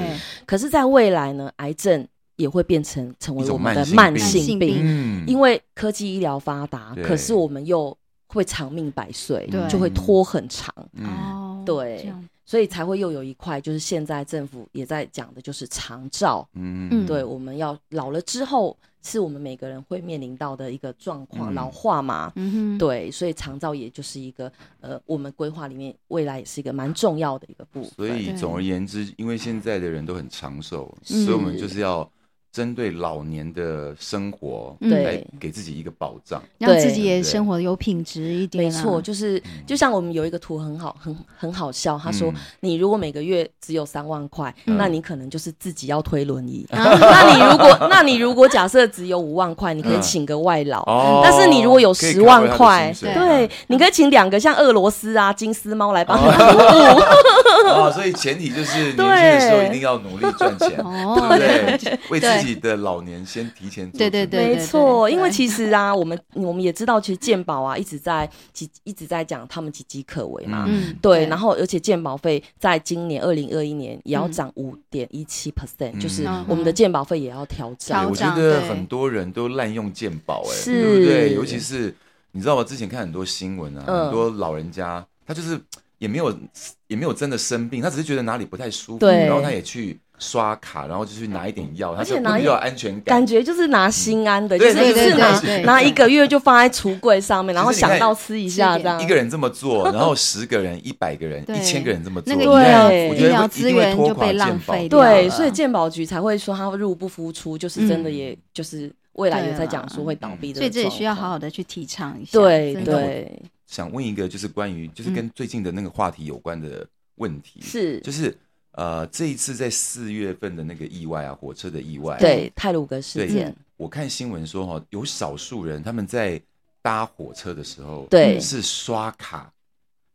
S4: 可是，在未来呢，癌症也会变成成
S3: 一
S4: 为
S3: 种
S4: 我们
S3: 慢
S4: 的
S3: 性
S4: 慢
S3: 病
S4: 性
S2: 慢性
S4: 病，
S2: 病
S3: 嗯
S4: 因为科技医疗发达，
S3: 对
S4: 可是我们又会长命百岁
S2: 对，
S4: 就会拖很长，
S3: 嗯
S2: 哦，
S4: 对
S2: 这样
S4: 所以才会又有一块，就是现在政府也在讲的，就是长照。
S3: 嗯
S2: 嗯
S4: 对，我们要老了之后，是我们每个人会面临到的一个状
S3: 嗯
S4: 况，老化嘛。
S2: 嗯哼，
S4: 对，所以长照也就是一个呃，我们规划里面未来也是一个蛮重要的一个部分。
S3: 所以
S2: 对
S3: 总而言之，因为现在的人都很长寿，
S4: 是
S3: 所以我们就是要针对老年的生活
S2: 嗯
S3: 来
S4: 对嗯
S3: 给自己一个保障。
S2: 让自
S4: 对
S2: 己也
S3: 对
S2: 生活有品质一点
S4: 没
S2: 啊，
S4: 错，就是
S3: 嗯
S4: 就像我们有一个图很好，很很好笑。他说，你如果每个月只有三万块，
S3: 嗯
S4: 那你可能就是自己要推轮椅。那你如果，那你如果假设只有五万块，你可以
S3: 嗯
S4: 请个外劳。
S3: 哦
S4: 但是你如果有
S3: 可以
S4: 十
S3: cover
S4: 万
S3: 他的
S4: 块，
S3: 薪水啊
S4: 对，你可以请两个像俄罗斯啊、金丝猫来帮你。
S3: 哦，所以前提就是年轻的时候一定要努力赚钱，
S4: <laughs>
S2: 哦，
S3: 对不对？为自己的老年先提前做
S2: 对对
S3: 准备
S2: 对
S4: 没错，
S2: 对
S4: 因为其实啊，我们我们也知道，其实健保啊一直在几一直在讲他们岌岌可危嘛。
S2: 嗯，
S4: 对，然后而且健保费在今年二零二一年也要涨五点一七 percent，
S3: 嗯
S4: 就是
S2: 嗯
S4: 我们的健保费也要调整。
S3: 对，
S2: 调
S3: 我觉
S2: 整
S3: 得
S2: 对
S3: 很多人都滥用健保、哎，
S4: 是
S3: 对不对？尤其是你知道吗？之前看很多新闻啊，
S4: 嗯
S3: 很多老人家他就是也没有也没有真的生病，他只是觉得哪里不太舒服，
S4: 对
S3: 然后他也去刷卡，然后就去拿一点药，他
S4: 而且
S3: 就
S4: 拿
S3: 比
S4: 一
S3: 较有安全
S4: 感
S3: 感。
S4: 觉就是拿心安的，就
S3: 对
S4: 是
S3: 对
S4: 一
S3: 对
S4: 次
S3: 对
S4: 拿
S2: 对嗯
S4: 拿
S2: 对
S4: 一个月就放在橱柜上面，然后
S3: 其实你看
S4: 想到吃一下
S2: 一
S4: 这样
S3: 一。个人这
S2: <laughs>
S3: 么做，然后十个人、一百个人、
S2: 对
S3: 一千个人这么做，
S2: 那个
S4: 对
S2: 医疗
S3: 我
S2: 医
S3: 觉得
S2: 疗
S3: 会
S2: 资源就被浪
S3: 一
S2: 费掉
S3: 定会拖垮健保
S4: 对，
S2: 了
S4: 所以健保局才会说它入不敷出，就是真的，
S2: 嗯啊
S4: 也就是未来也在讲说会倒闭的
S2: 所以
S4: 状况。
S2: 这也需要好好的去提倡一下，
S4: 对
S2: 真的
S4: 对
S3: 想问一个，就是关于就是
S2: 嗯
S3: 跟最近的那个话题有关的问题，
S4: 是
S3: 就，是呃，这一次在四月份的那个意外啊，火车的意外，
S4: 对泰鲁格
S3: 对
S4: 事件，
S3: 我看新闻说哈、有少数人他们在搭火车的时候，
S4: 对
S3: 是刷卡，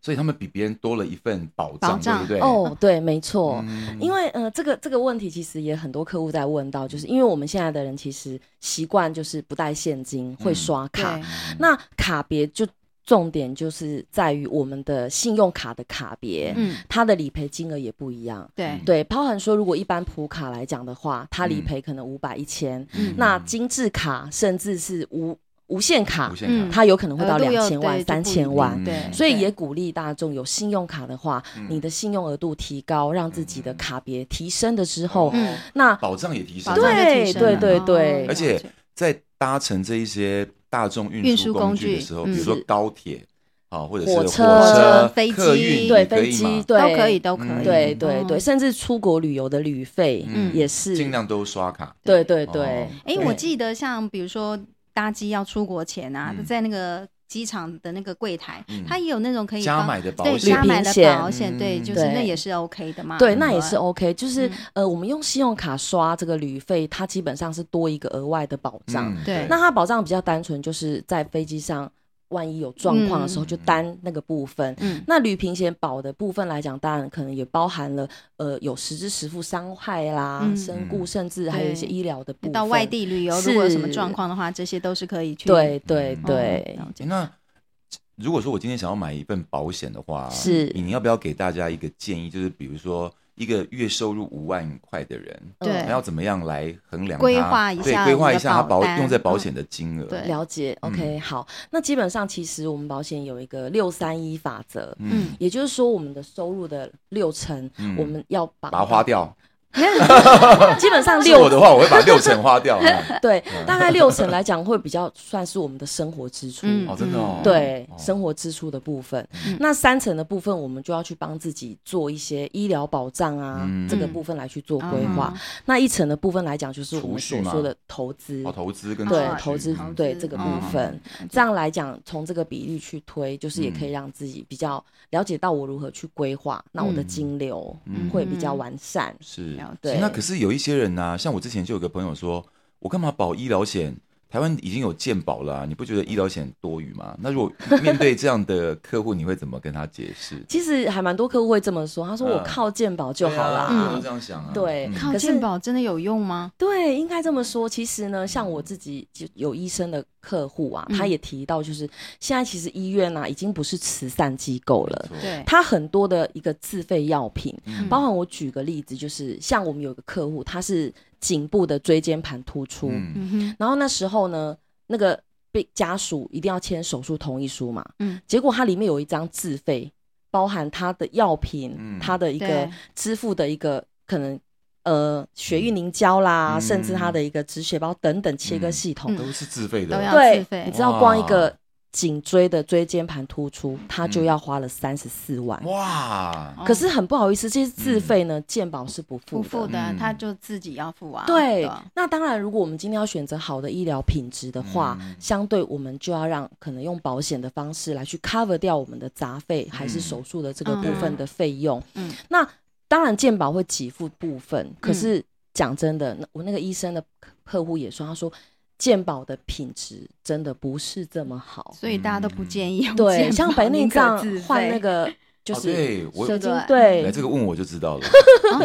S3: 所以他们比别人多了一份保
S2: 保
S3: 障，
S2: 障
S3: 对不对？
S4: 哦，对，没错。
S3: 嗯，
S4: 因为呃，这个这个问题其实也很多客户在问到，就是因为我们现在的人其实习惯就是不带现金，会
S3: 嗯
S4: 刷
S2: 对
S4: 卡。那卡别就重点就是在于我们的信用卡的卡别，
S2: 嗯
S4: 它的理赔金额也不一样。
S2: 对
S4: 对，包含说如果一般普卡来讲的话，它理
S3: 嗯
S4: 赔可能五百一千，
S2: 嗯
S4: 那精致卡甚至是无无限卡
S3: 无，限卡，
S2: 嗯
S4: 它有可能会到
S2: 额度
S4: 两
S2: 又
S4: 千
S2: 对
S4: 万、
S2: 就不
S4: 三
S2: 一
S4: 千
S2: 定
S4: 万。
S3: 嗯
S2: 对，
S4: 所以也鼓励大众有信用卡的话，
S3: 嗯
S4: 你的信用额度提高，让自己的卡别提升了之后，
S2: 嗯
S4: 那
S3: 保障也提升
S2: 保
S3: 了，
S2: 障
S4: 对
S2: 就提升了
S3: 对对
S4: 对
S2: 哦
S3: 而且
S2: 了解
S3: 在搭乘这一些大众运
S2: 运
S3: 输
S2: 输
S3: 工
S2: 工
S3: 具的
S2: 具
S3: 时候，
S2: 嗯
S3: 比如说
S4: 是
S3: 高铁啊，或者是
S4: 火
S3: 车、
S4: 车
S2: 飞
S3: 客
S2: 机
S3: 运，
S4: 对
S3: 你可
S4: 飞
S3: 以
S4: 机
S3: 吗
S4: 对
S2: 都可以，都可以，
S4: 对
S3: 嗯
S4: 对
S2: 哦
S4: 对，甚至出国旅游的旅费
S3: 嗯
S4: 也是
S3: 尽量都刷卡。
S4: 对对对
S3: 哦。
S2: 哎，
S4: 对
S2: 我记得像比如说搭机要出国前啊，
S3: 嗯
S2: 在那个机场的那个柜台，
S3: 嗯
S2: 它也有那种可以
S3: 加
S2: 帮
S3: 买的保
S2: 对
S3: 险
S2: 加买的
S4: 旅行险
S2: 保险，对，
S3: 嗯
S2: 就是
S4: 对
S2: 那也是 OK 的嘛。
S4: 对，那也
S2: 嗯
S4: 是 OK，就、
S2: 就是
S4: 呃，我们用信用卡刷这个旅费，它基本上是多一个额外的保障。
S3: 嗯
S2: 对
S4: 那它保障比较单纯，就是在飞机上万一有状况的时候，
S3: 嗯
S4: 就单那个部分。
S2: 嗯
S4: 那旅平险保的部分来讲，当然可能也包含了呃有实质实付伤害啦、
S2: 嗯
S4: 身故，
S3: 嗯
S4: 甚至还有一些
S2: 对
S4: 医疗的部分。
S2: 到外，地旅游，如果有什么
S4: 是
S2: 状况的话，这些都是可以去
S4: 对对
S3: 嗯
S4: 对，
S2: 哦了解
S3: 诶那如果说我今天想要买一份保险的话，
S4: 是
S3: 你要不要给大家一个建议？就是比如说一个月收入五万块的人，
S2: 对
S3: 那要怎么样来衡量它？
S2: 规划一
S3: 对
S2: 下
S3: 规
S2: 你
S3: 划
S2: 的
S3: 一下它
S2: 保
S3: 保
S2: 单
S3: 用在保
S2: 嗯
S3: 险的金额。
S2: 对
S4: 了解。
S3: 嗯
S4: OK，好，那基本上其实我们保险有一个六三一法则，
S2: 嗯，
S4: 也就是说我们的收入的六成，
S3: 嗯
S4: 我们要把
S3: 把它花掉。
S4: 基本上
S3: 是
S4: 六
S3: 我的话，我会把六成
S2: <laughs>
S3: 花掉。嗯
S4: 对，大概六成来讲会比较算是我们的生活支出。
S2: 嗯
S3: 哦，真的哦。
S4: 对
S3: 哦
S4: 生活支出的部分，
S2: 嗯
S4: 那三成的部分我们就要去帮自己做一些医疗保障啊、
S3: 嗯
S4: 这个部分来去做规
S2: 嗯
S4: 划。
S2: 嗯
S4: 那一成的部分来讲，就是我
S3: 储
S4: 们
S3: 蓄
S4: 所
S3: 吗
S4: 说的投资，
S3: 哦，投资跟
S4: 对
S2: 哦
S4: 投资
S3: 嗯
S4: 对这个部分，
S3: 哦
S2: 嗯
S4: 这样来讲，从这个比率去推，就是也可以
S3: 嗯
S4: 让自己比较了解到我如何去规划，那我的
S3: 嗯
S4: 金流
S3: 嗯
S4: 会比较完善。
S3: 是
S2: 了解
S3: 对。那可是有一些人呢、像我之前就有个朋友说，我干嘛保医疗险？台湾已经有健保了啊、你不觉得医疗险多余吗？那如果面对这样的客户，你会怎么跟他解释？
S4: 其实还蛮多客户会这么说，他说我
S3: 嗯
S4: 靠健保就好啦。
S3: 对啊
S2: 嗯
S3: 都这样想啊。
S4: 对
S3: 嗯
S2: 靠
S4: 可是
S2: 健保真的有用吗？
S4: 对，应该这么说。其实呢，像我自己就有医生的客户啊，他
S2: 嗯
S4: 也提到，就是现在其实医院啊已经不是慈善机构了，，
S2: 对，
S4: 它很多的一个自费药品，
S3: 嗯
S4: 包含我举个例子，就是像我们有个客户，他是颈部的椎间盘突出，
S3: 嗯
S2: 嗯哼，
S4: 然后那时候呢，那个被家属一定要签手术同意书嘛，
S2: 嗯
S4: 结果它里面有一张自费，包含他的药品，
S3: 嗯
S4: 他的一个
S2: 对
S4: 支付的一个可能。呃，血运凝胶啦，
S3: 嗯
S4: 甚至他的一个止血包等等切割系统，
S2: 嗯
S3: 都是自费
S2: 都
S3: 的。
S2: 要自
S4: 对，你
S2: 费
S4: 知，道光一
S3: 哇
S4: 个颈椎的椎间盘突出，他就
S3: 嗯
S4: 要花了三十四万。
S3: 哇，
S4: 可是很不好意思，这些自费呢，健保是不
S2: 不
S4: 付
S2: 付
S4: 的。
S2: 的
S3: 嗯
S2: 他就自己要付啊。
S4: 对
S2: 啊，
S4: 那当然，如果我们今天要选择好的医疗品质的话，
S3: 嗯
S4: 相对我们就要让可能用保险的方式来去 cover 掉我们的杂费还是
S3: 嗯
S4: 手术的这个部分
S2: 嗯
S4: 的费用。
S2: 嗯
S4: 那当然健保会给付部分，可是讲真的，那我那个医生的客户也说，他说健保的品质真的不是这么好。
S2: 所以大家都不建议用嗯健
S4: 嗯对，
S2: 保
S4: 像白内
S2: 宁可
S4: 障
S2: 自费
S4: 换那个就
S3: 哦
S4: 是
S3: 对我
S4: 神经
S2: 对哦
S3: 来
S4: 对
S3: 这个问我就知道了，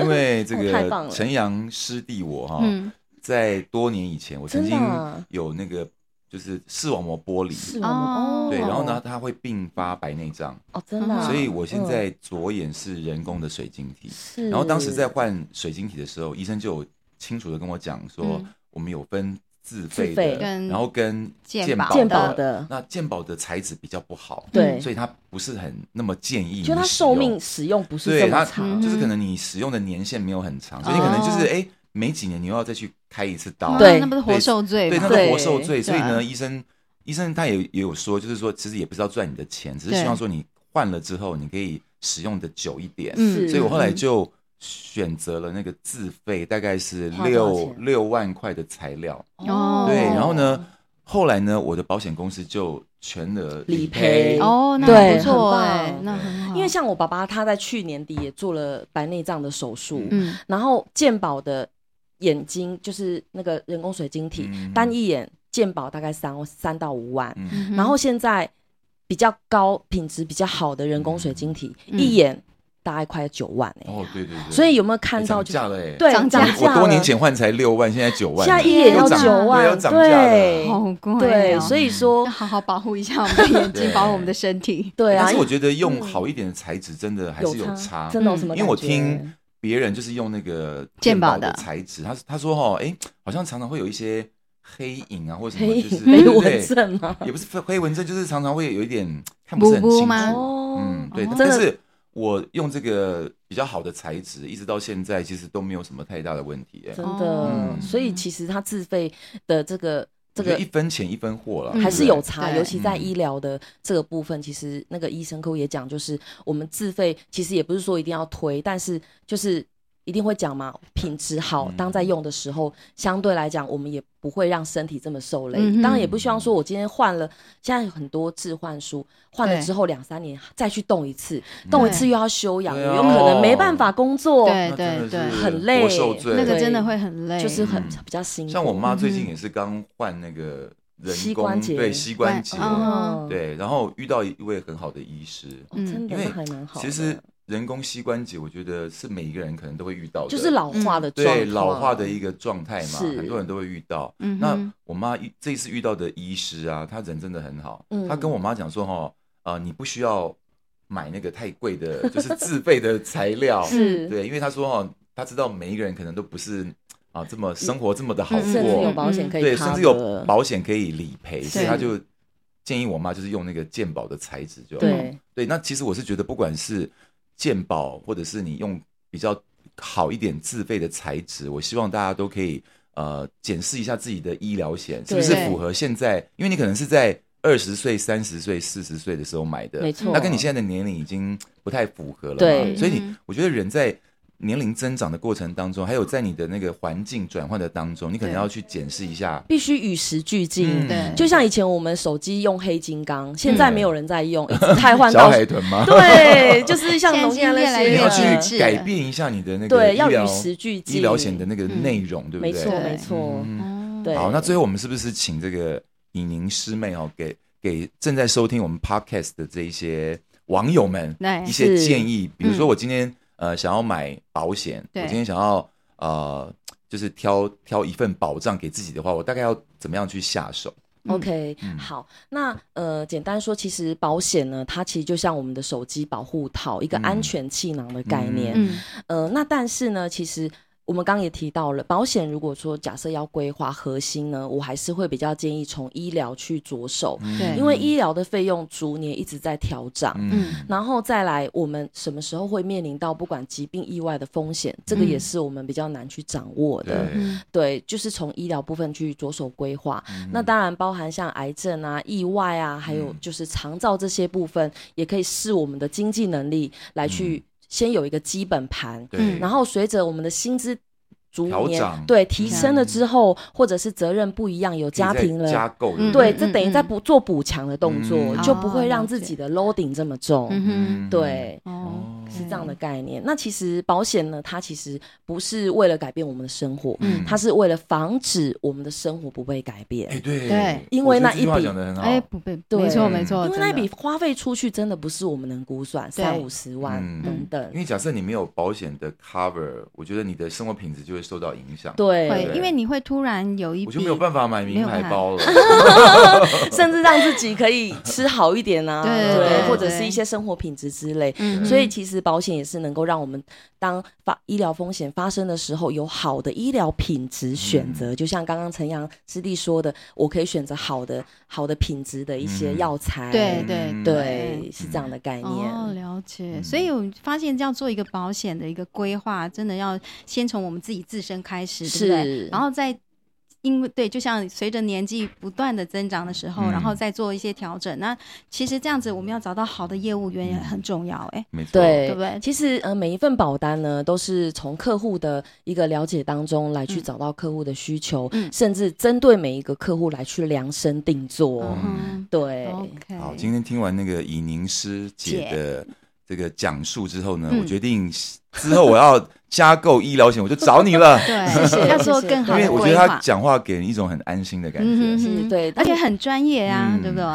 S3: 因为这
S4: 哦太棒
S3: 个
S4: 了
S3: 陈阳师弟我哈，
S2: 嗯
S3: 在多年以前，我曾
S4: 真的
S3: 经
S4: 啊
S3: 有那个就是视网膜剥离，
S4: 是我们哦，
S3: 对，然后呢，它会并发白内障，
S4: 哦，真的啊，
S3: 所以我现
S4: 嗯
S3: 在左眼是人工的水晶体。
S4: 是，
S3: 然后当时在换水晶体的时候，医生就有清楚的跟我讲说
S2: 嗯，
S3: 我们有分自费
S4: 自费
S3: 的，
S2: 跟
S3: 然后跟
S2: 健
S3: 保
S2: 保
S4: 健
S2: 的
S4: 保的，
S3: 那健保的材质比较不好，
S4: 对
S3: 所以它不是很那么建议你使
S4: 就
S3: 用。
S4: 它寿命使用不是这
S3: 对
S4: 么
S3: 它
S4: 长，
S3: 就是
S2: 嗯哦
S3: 可能你使用的年限没有很长，所以你可能就是哎、每几年你又要再去开一次刀。
S4: 哦对
S2: 啊那不是活受罪
S3: 对，
S2: 吗？
S3: 那
S4: 对
S3: 个活受罪，
S2: 对啊
S3: 所以呢，医生医生他也也有说，就是说，其实也不是要赚你的钱，只是
S2: 对
S3: 希望说你换了之后，你可以使用的久一点。
S2: 嗯
S3: 所以我后来就选择了那个自费，大概是
S4: 花多少
S3: 六
S4: 钱
S3: 六万块的材料。
S2: 啊哦
S3: 对，然后呢，后来呢，我的保险公司就全额
S4: 理赔
S3: 赔。
S2: 哦，那
S4: 对
S2: 很不错
S4: 很棒
S2: 哎，那很好，
S4: 因为像我爸爸他在去年底也做了白内障的手术，
S2: 嗯
S4: 然后健保的眼睛就是那个人工水晶体，
S3: 嗯
S4: 单一眼健保大概三三到五万，
S3: 嗯，
S2: 嗯哼
S4: 然后现在比较高品质比较好的人工水晶体、
S2: 嗯
S4: 一眼大概快九万哎、
S3: 哦，对对对。
S4: 所以有没有看
S3: 哎
S4: 到
S3: 涨
S4: 就是
S3: 价了哎，
S4: 对
S2: 涨价
S4: 涨
S3: 我
S4: 价
S3: 多年
S4: 了
S3: 前换才六万，现在九万
S4: 现
S3: 了，
S4: 在一眼要
S2: 有涨
S4: 九万，
S3: 对要涨价
S4: 对
S3: 了。
S2: 好贵哦，嗯
S4: 对，所以说
S2: 要好好保护一下我们的眼睛，
S3: 对
S2: 保护我们的身体。
S4: 对啊，
S3: 但是我
S4: 因
S3: 觉得用好一点的材质真的还是有
S4: 有
S3: 差，
S4: 真的有
S2: 嗯
S4: 什么感觉？
S3: 因为我听别人就是用那个
S2: 健保
S3: 保
S2: 的
S3: 的材质，他他说哈，哎，好像常常会有一些黑影啊，或者什么，
S4: 黑
S3: 就是
S4: 黑
S3: 对
S4: 纹
S3: 对
S4: 症吗？
S3: 也不是黑纹症，就是常常会有一点看不是很清
S2: 补补
S3: 楚
S2: 吗。
S4: 哦
S3: 嗯，对
S2: 哦，
S3: 但
S4: 真
S3: 是我用这个比较好的材质，一直到现在其实都没有什么太大的问题。哎
S4: 真
S2: 哦
S4: 的，
S3: 嗯
S4: 所以其实它自费的这个这
S3: 我觉得
S4: 个
S3: 一分钱一分货了，
S2: 嗯
S4: 还是有差，
S2: 对
S4: 尤其在
S3: 嗯
S4: 医疗的这个部分，其实那个医生客户也讲，就是我们自费其实也不是说一定要推，但是就是一定会讲嘛，品质好
S3: 嗯，
S4: 当在用的时候，相对来讲，我们也不会让身体这么受累。
S2: 嗯哼
S4: 当然也不希望说我今天换了，现在有很多置换书，换了
S2: 对嗯
S4: 之后两三年再去动一次，动一次又要休养，
S3: 对啊
S4: 有可能没办法工作，
S2: 对哎对对，
S4: 很累
S3: 受罪。
S2: 那个嗯
S4: 对
S2: 真的会很累，
S4: 就是很
S3: 嗯
S4: 比较辛苦。
S3: 像我妈最近也是刚换那个人
S4: 膝
S3: 工
S4: 关节
S3: 对膝关节，
S2: 嗯
S4: 嗯，
S3: 对，然后遇到一位很好的医师，
S4: 哦真的
S3: 因为
S4: 那还蛮好的。
S3: 其实人工膝关节，我觉得是每一个人可能都会遇到的，
S4: 就是老化
S2: 嗯
S4: 的状
S3: 对
S4: 况，
S3: 老化的一个状态嘛，
S4: 是
S3: 很多人都会遇到。
S2: 嗯
S3: 那
S2: 哼
S3: 我妈遇这一次遇到的医师啊，他人真的很好，
S4: 嗯
S3: 他跟我妈讲说哈，呃，你不需要买那个太贵的，就是自费的材料，
S4: 是
S3: 对，因为他说哈，他知道每一个人可能都不是啊这么生活这么的好
S2: 嗯
S4: 甚至有
S3: 过，
S4: 保险可以
S3: 对，
S4: cover
S3: 甚至有保险可以理赔，
S2: 是
S3: 所以他就建议我妈就是用那个健保的材质就好。
S4: 对
S3: 对，那其实我是觉得，不管是鉴宝，或者是你用比较好一点自费的材质，我希望大家都可以呃检视一下自己的医疗险是不是
S4: 对
S3: 符合现在，因为你可能是在二十岁、三十岁、四十岁的时候买的，
S4: 没错
S3: 那跟你现在的年龄已经不太符合了嘛，
S4: 对
S3: 所以你
S2: 嗯
S3: 我觉得人在。年龄增长的过程当中，还有在你的那个环境转换的当中，你可能
S2: 对
S3: 要去检视一下。嗯
S4: 必须与时俱进。
S2: 对
S4: 就像以前我们手机用黑金刚，现在没有人在
S3: <laughs>
S4: 用，一直太换
S3: 小
S4: 到
S3: 海豚吗？ <laughs>
S4: 对，就是像农业
S2: 现在是
S4: 那
S2: 越
S3: 你
S2: 来
S4: 些
S2: 越
S3: 要
S4: 的
S2: 精致
S3: 去改变一下你的那个
S4: 对，
S3: 医
S4: 要与
S3: 疗
S4: 时俱进。嗯
S3: 医疗险的那个内容，对不对？
S4: 没错
S2: 对
S4: 没错，
S3: 嗯
S2: 哦
S4: 对
S3: 好，那最后我们是不是请这个以宁师妹哦，给给正在收听我们 podcast 的这一些网友们
S2: 对
S3: 一些
S4: 是
S3: 建议？比如说我今天、呃想要买保险，我
S2: 对
S3: 今天想要呃就是挑挑一份保障给自己的话，我大概要怎么样去下手？
S2: 嗯
S4: OK，、
S3: 嗯
S4: 好，那呃，简单说，其实保险呢，它其实就像我们的手机保护套，一个
S3: 嗯
S4: 安全气囊的概念。
S2: 嗯
S4: 呃，那但是呢，其实我们刚刚也提到了，保险如果说假设要规划核心呢，我还是会比较建议从医疗去着手，
S3: 嗯
S2: 对
S4: 因为医疗的费用逐年一直在调涨。
S2: 嗯
S4: 然后再来，我们什么时候会面临到不管疾病、意外的风险，这个
S2: 嗯
S4: 也是我们比较难去掌握的。
S3: 对
S2: 嗯
S4: 对，就是从医疗部分去着手规划。那当然包含像癌症啊、意外啊，还有
S3: 嗯
S4: 就是长照这些部分，也可以视我们的经济能力来去先有一个基本盘，
S3: 对，
S4: 嗯然后随着我们的薪资逐
S3: 调
S4: 年
S3: 涨
S4: 对提升了
S3: 嗯
S4: 之后，或者是责任不一样，有家庭
S3: 自己再加
S4: 了。
S3: 购，
S2: 嗯
S4: 对，
S3: 不
S4: 这等于在
S2: 嗯
S4: 补做补强的动作，
S3: 嗯
S4: 就不会
S2: 哦
S4: 让
S2: 了
S4: 自
S2: 解
S4: 己的 loading 这么重。
S2: 嗯哼，
S4: 对，
S2: 哦，
S3: 嗯
S4: 是这样的概念。那其实保险呢，它其实不是为了改变我们的生活，
S2: 嗯
S4: 它是为了防止我们的生活不被改变。
S3: 哎对
S2: 对
S4: 因为
S3: 我觉得
S4: 那
S3: 这
S4: 一
S3: 句话
S4: 笔
S3: 讲的很好，
S2: 哎，不被，
S4: 对
S2: 没错没错，
S4: 因为那一
S2: 哦真的
S4: 笔花费出去真的不是我们能估算，
S2: 对
S4: 三五十万
S3: 嗯
S4: 等
S3: 因
S4: 等。
S3: 为假设你没有保险的 cover，我觉得你的生活品质就会受到影响。，
S4: 对，
S2: 会，因为你会突然有一
S3: 我
S2: 笔
S3: 就没有办法买名牌包了。
S4: 甚至让自己可以吃好一点
S2: <laughs>
S4: 啊，
S2: 对对
S3: 对
S4: 或者是一些生活品质之类。
S2: 嗯，
S4: 所以其实保险也是能够让我们当发医疗风险发生的时候，有好的医疗品质选
S3: 嗯
S4: 择。就像刚刚陈阳师弟说的，我可以选择好的、好的品质的一些
S3: 嗯
S4: 药材。
S2: 对对
S3: 嗯
S4: 对，是这样的概
S2: 哦，
S4: 念。
S2: 了解。
S3: 嗯
S2: 所以我发现要做一个保险的一个规划，真的要先从我们自己自身开始，对不对？
S4: 是，
S2: 然后再因为对，就像随着年纪不断的增长的时候，
S3: 嗯
S2: 然后再做一些调整。那其实这样子，我们要找到好的业务员也很重要、哎、
S3: 没错，
S4: 对
S2: 对不对
S4: 其实呃，每一份保单呢，都是从客户的一个了解当中来去
S2: 嗯
S4: 找到客户的需求，
S2: 嗯
S4: 甚至针对每一个客户来去量身定做。
S2: 嗯
S4: 哦对，
S3: 哦
S2: 哼，OK，
S3: 好，今天听完那个以宁师姐的这个讲述之后呢，
S2: 嗯
S3: 我决定之后我要加购医疗险，我就找你了，
S2: 对，
S4: 谢谢
S2: <laughs> 要做
S4: 谢谢
S2: 更
S3: <laughs> 因
S2: 好
S3: 为
S2: 的
S3: 我觉
S2: 规
S3: 得她
S2: 划，
S3: 讲话给人一种很安心的感
S2: 嗯
S3: 觉。
S2: 哼
S4: 是对，
S2: 而且很专业啊，
S3: 嗯
S2: 对不对？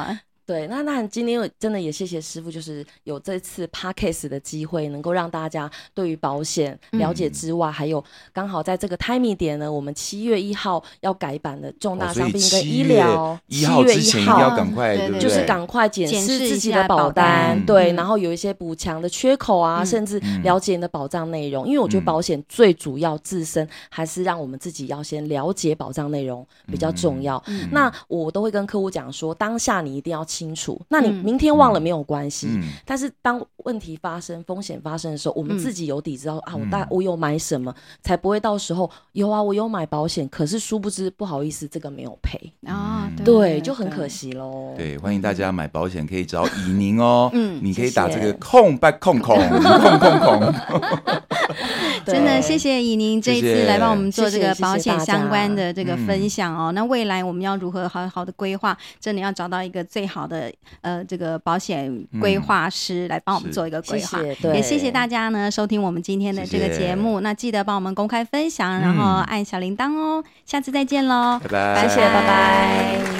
S4: 对，那那今天真的也谢谢师傅，就是有这次 podcast 的机会，能够让大家对于保险了解之外，还有刚好在这个 timing 点呢，我们七月一号要改版的重
S3: 哦
S4: 大
S3: 所
S4: 伤
S3: 以
S4: 病跟
S3: 七
S4: 医
S3: 月
S4: 疗，
S3: 一号之前一定
S4: 7月1
S3: 要
S2: 号
S3: 赶
S2: 对
S3: 快，嗯对不对？
S4: 就是赶快检
S2: 检视
S4: 视自己
S2: 一下
S4: 的保
S2: 保单
S4: 单
S3: 嗯，
S4: 对，
S2: 嗯
S4: 然后有一些补强的缺口啊，
S2: 嗯
S4: 甚至
S3: 嗯
S4: 了解你的保障内容。因为我觉
S3: 嗯
S4: 得保险最主要自身还是让我们自己要先了解保障内容比较重要。
S2: 嗯
S4: 那我都会跟客户讲说，当下你一定要清楚，那你
S2: 嗯
S4: 明天忘了没有关系。
S3: 嗯，
S4: 但是当问题发生、风险发生的时候，我们
S2: 嗯
S4: 自己有底知道、啊，我
S3: 嗯
S4: 大我有买什么，才不会到时候有啊，我有买保险，可是殊不知不好意思，这个没有赔，
S2: 啊、
S3: 嗯
S4: 对，就很可。惜喽。
S3: 对，欢迎大家买保险可以找以宁哦，
S2: 嗯
S3: 你可以打这
S4: 谢
S3: 个
S4: 谢
S3: 空吧空空空空空。
S4: 对
S2: 真的谢谢以宁这一
S3: 谢
S2: 次
S3: 谢
S2: 来帮我们做这
S4: 谢
S2: 个
S4: 谢谢谢
S2: 保险
S4: 大家
S2: 相关的这个
S3: 嗯
S2: 分享哦。那未来我们要如何好好的规划？真的要找到一个最好的呃这个保险规划师来帮我们
S3: 是
S2: 做一个
S4: 谢
S2: 规划。
S4: 谢，对，
S2: 也谢谢大家呢收听我们今天的这个
S3: 谢谢
S2: 节目，那记得帮我们公开分享，然后
S3: 嗯
S2: 按小铃铛哦。下次再见喽，
S3: 拜拜，
S4: 谢谢，拜拜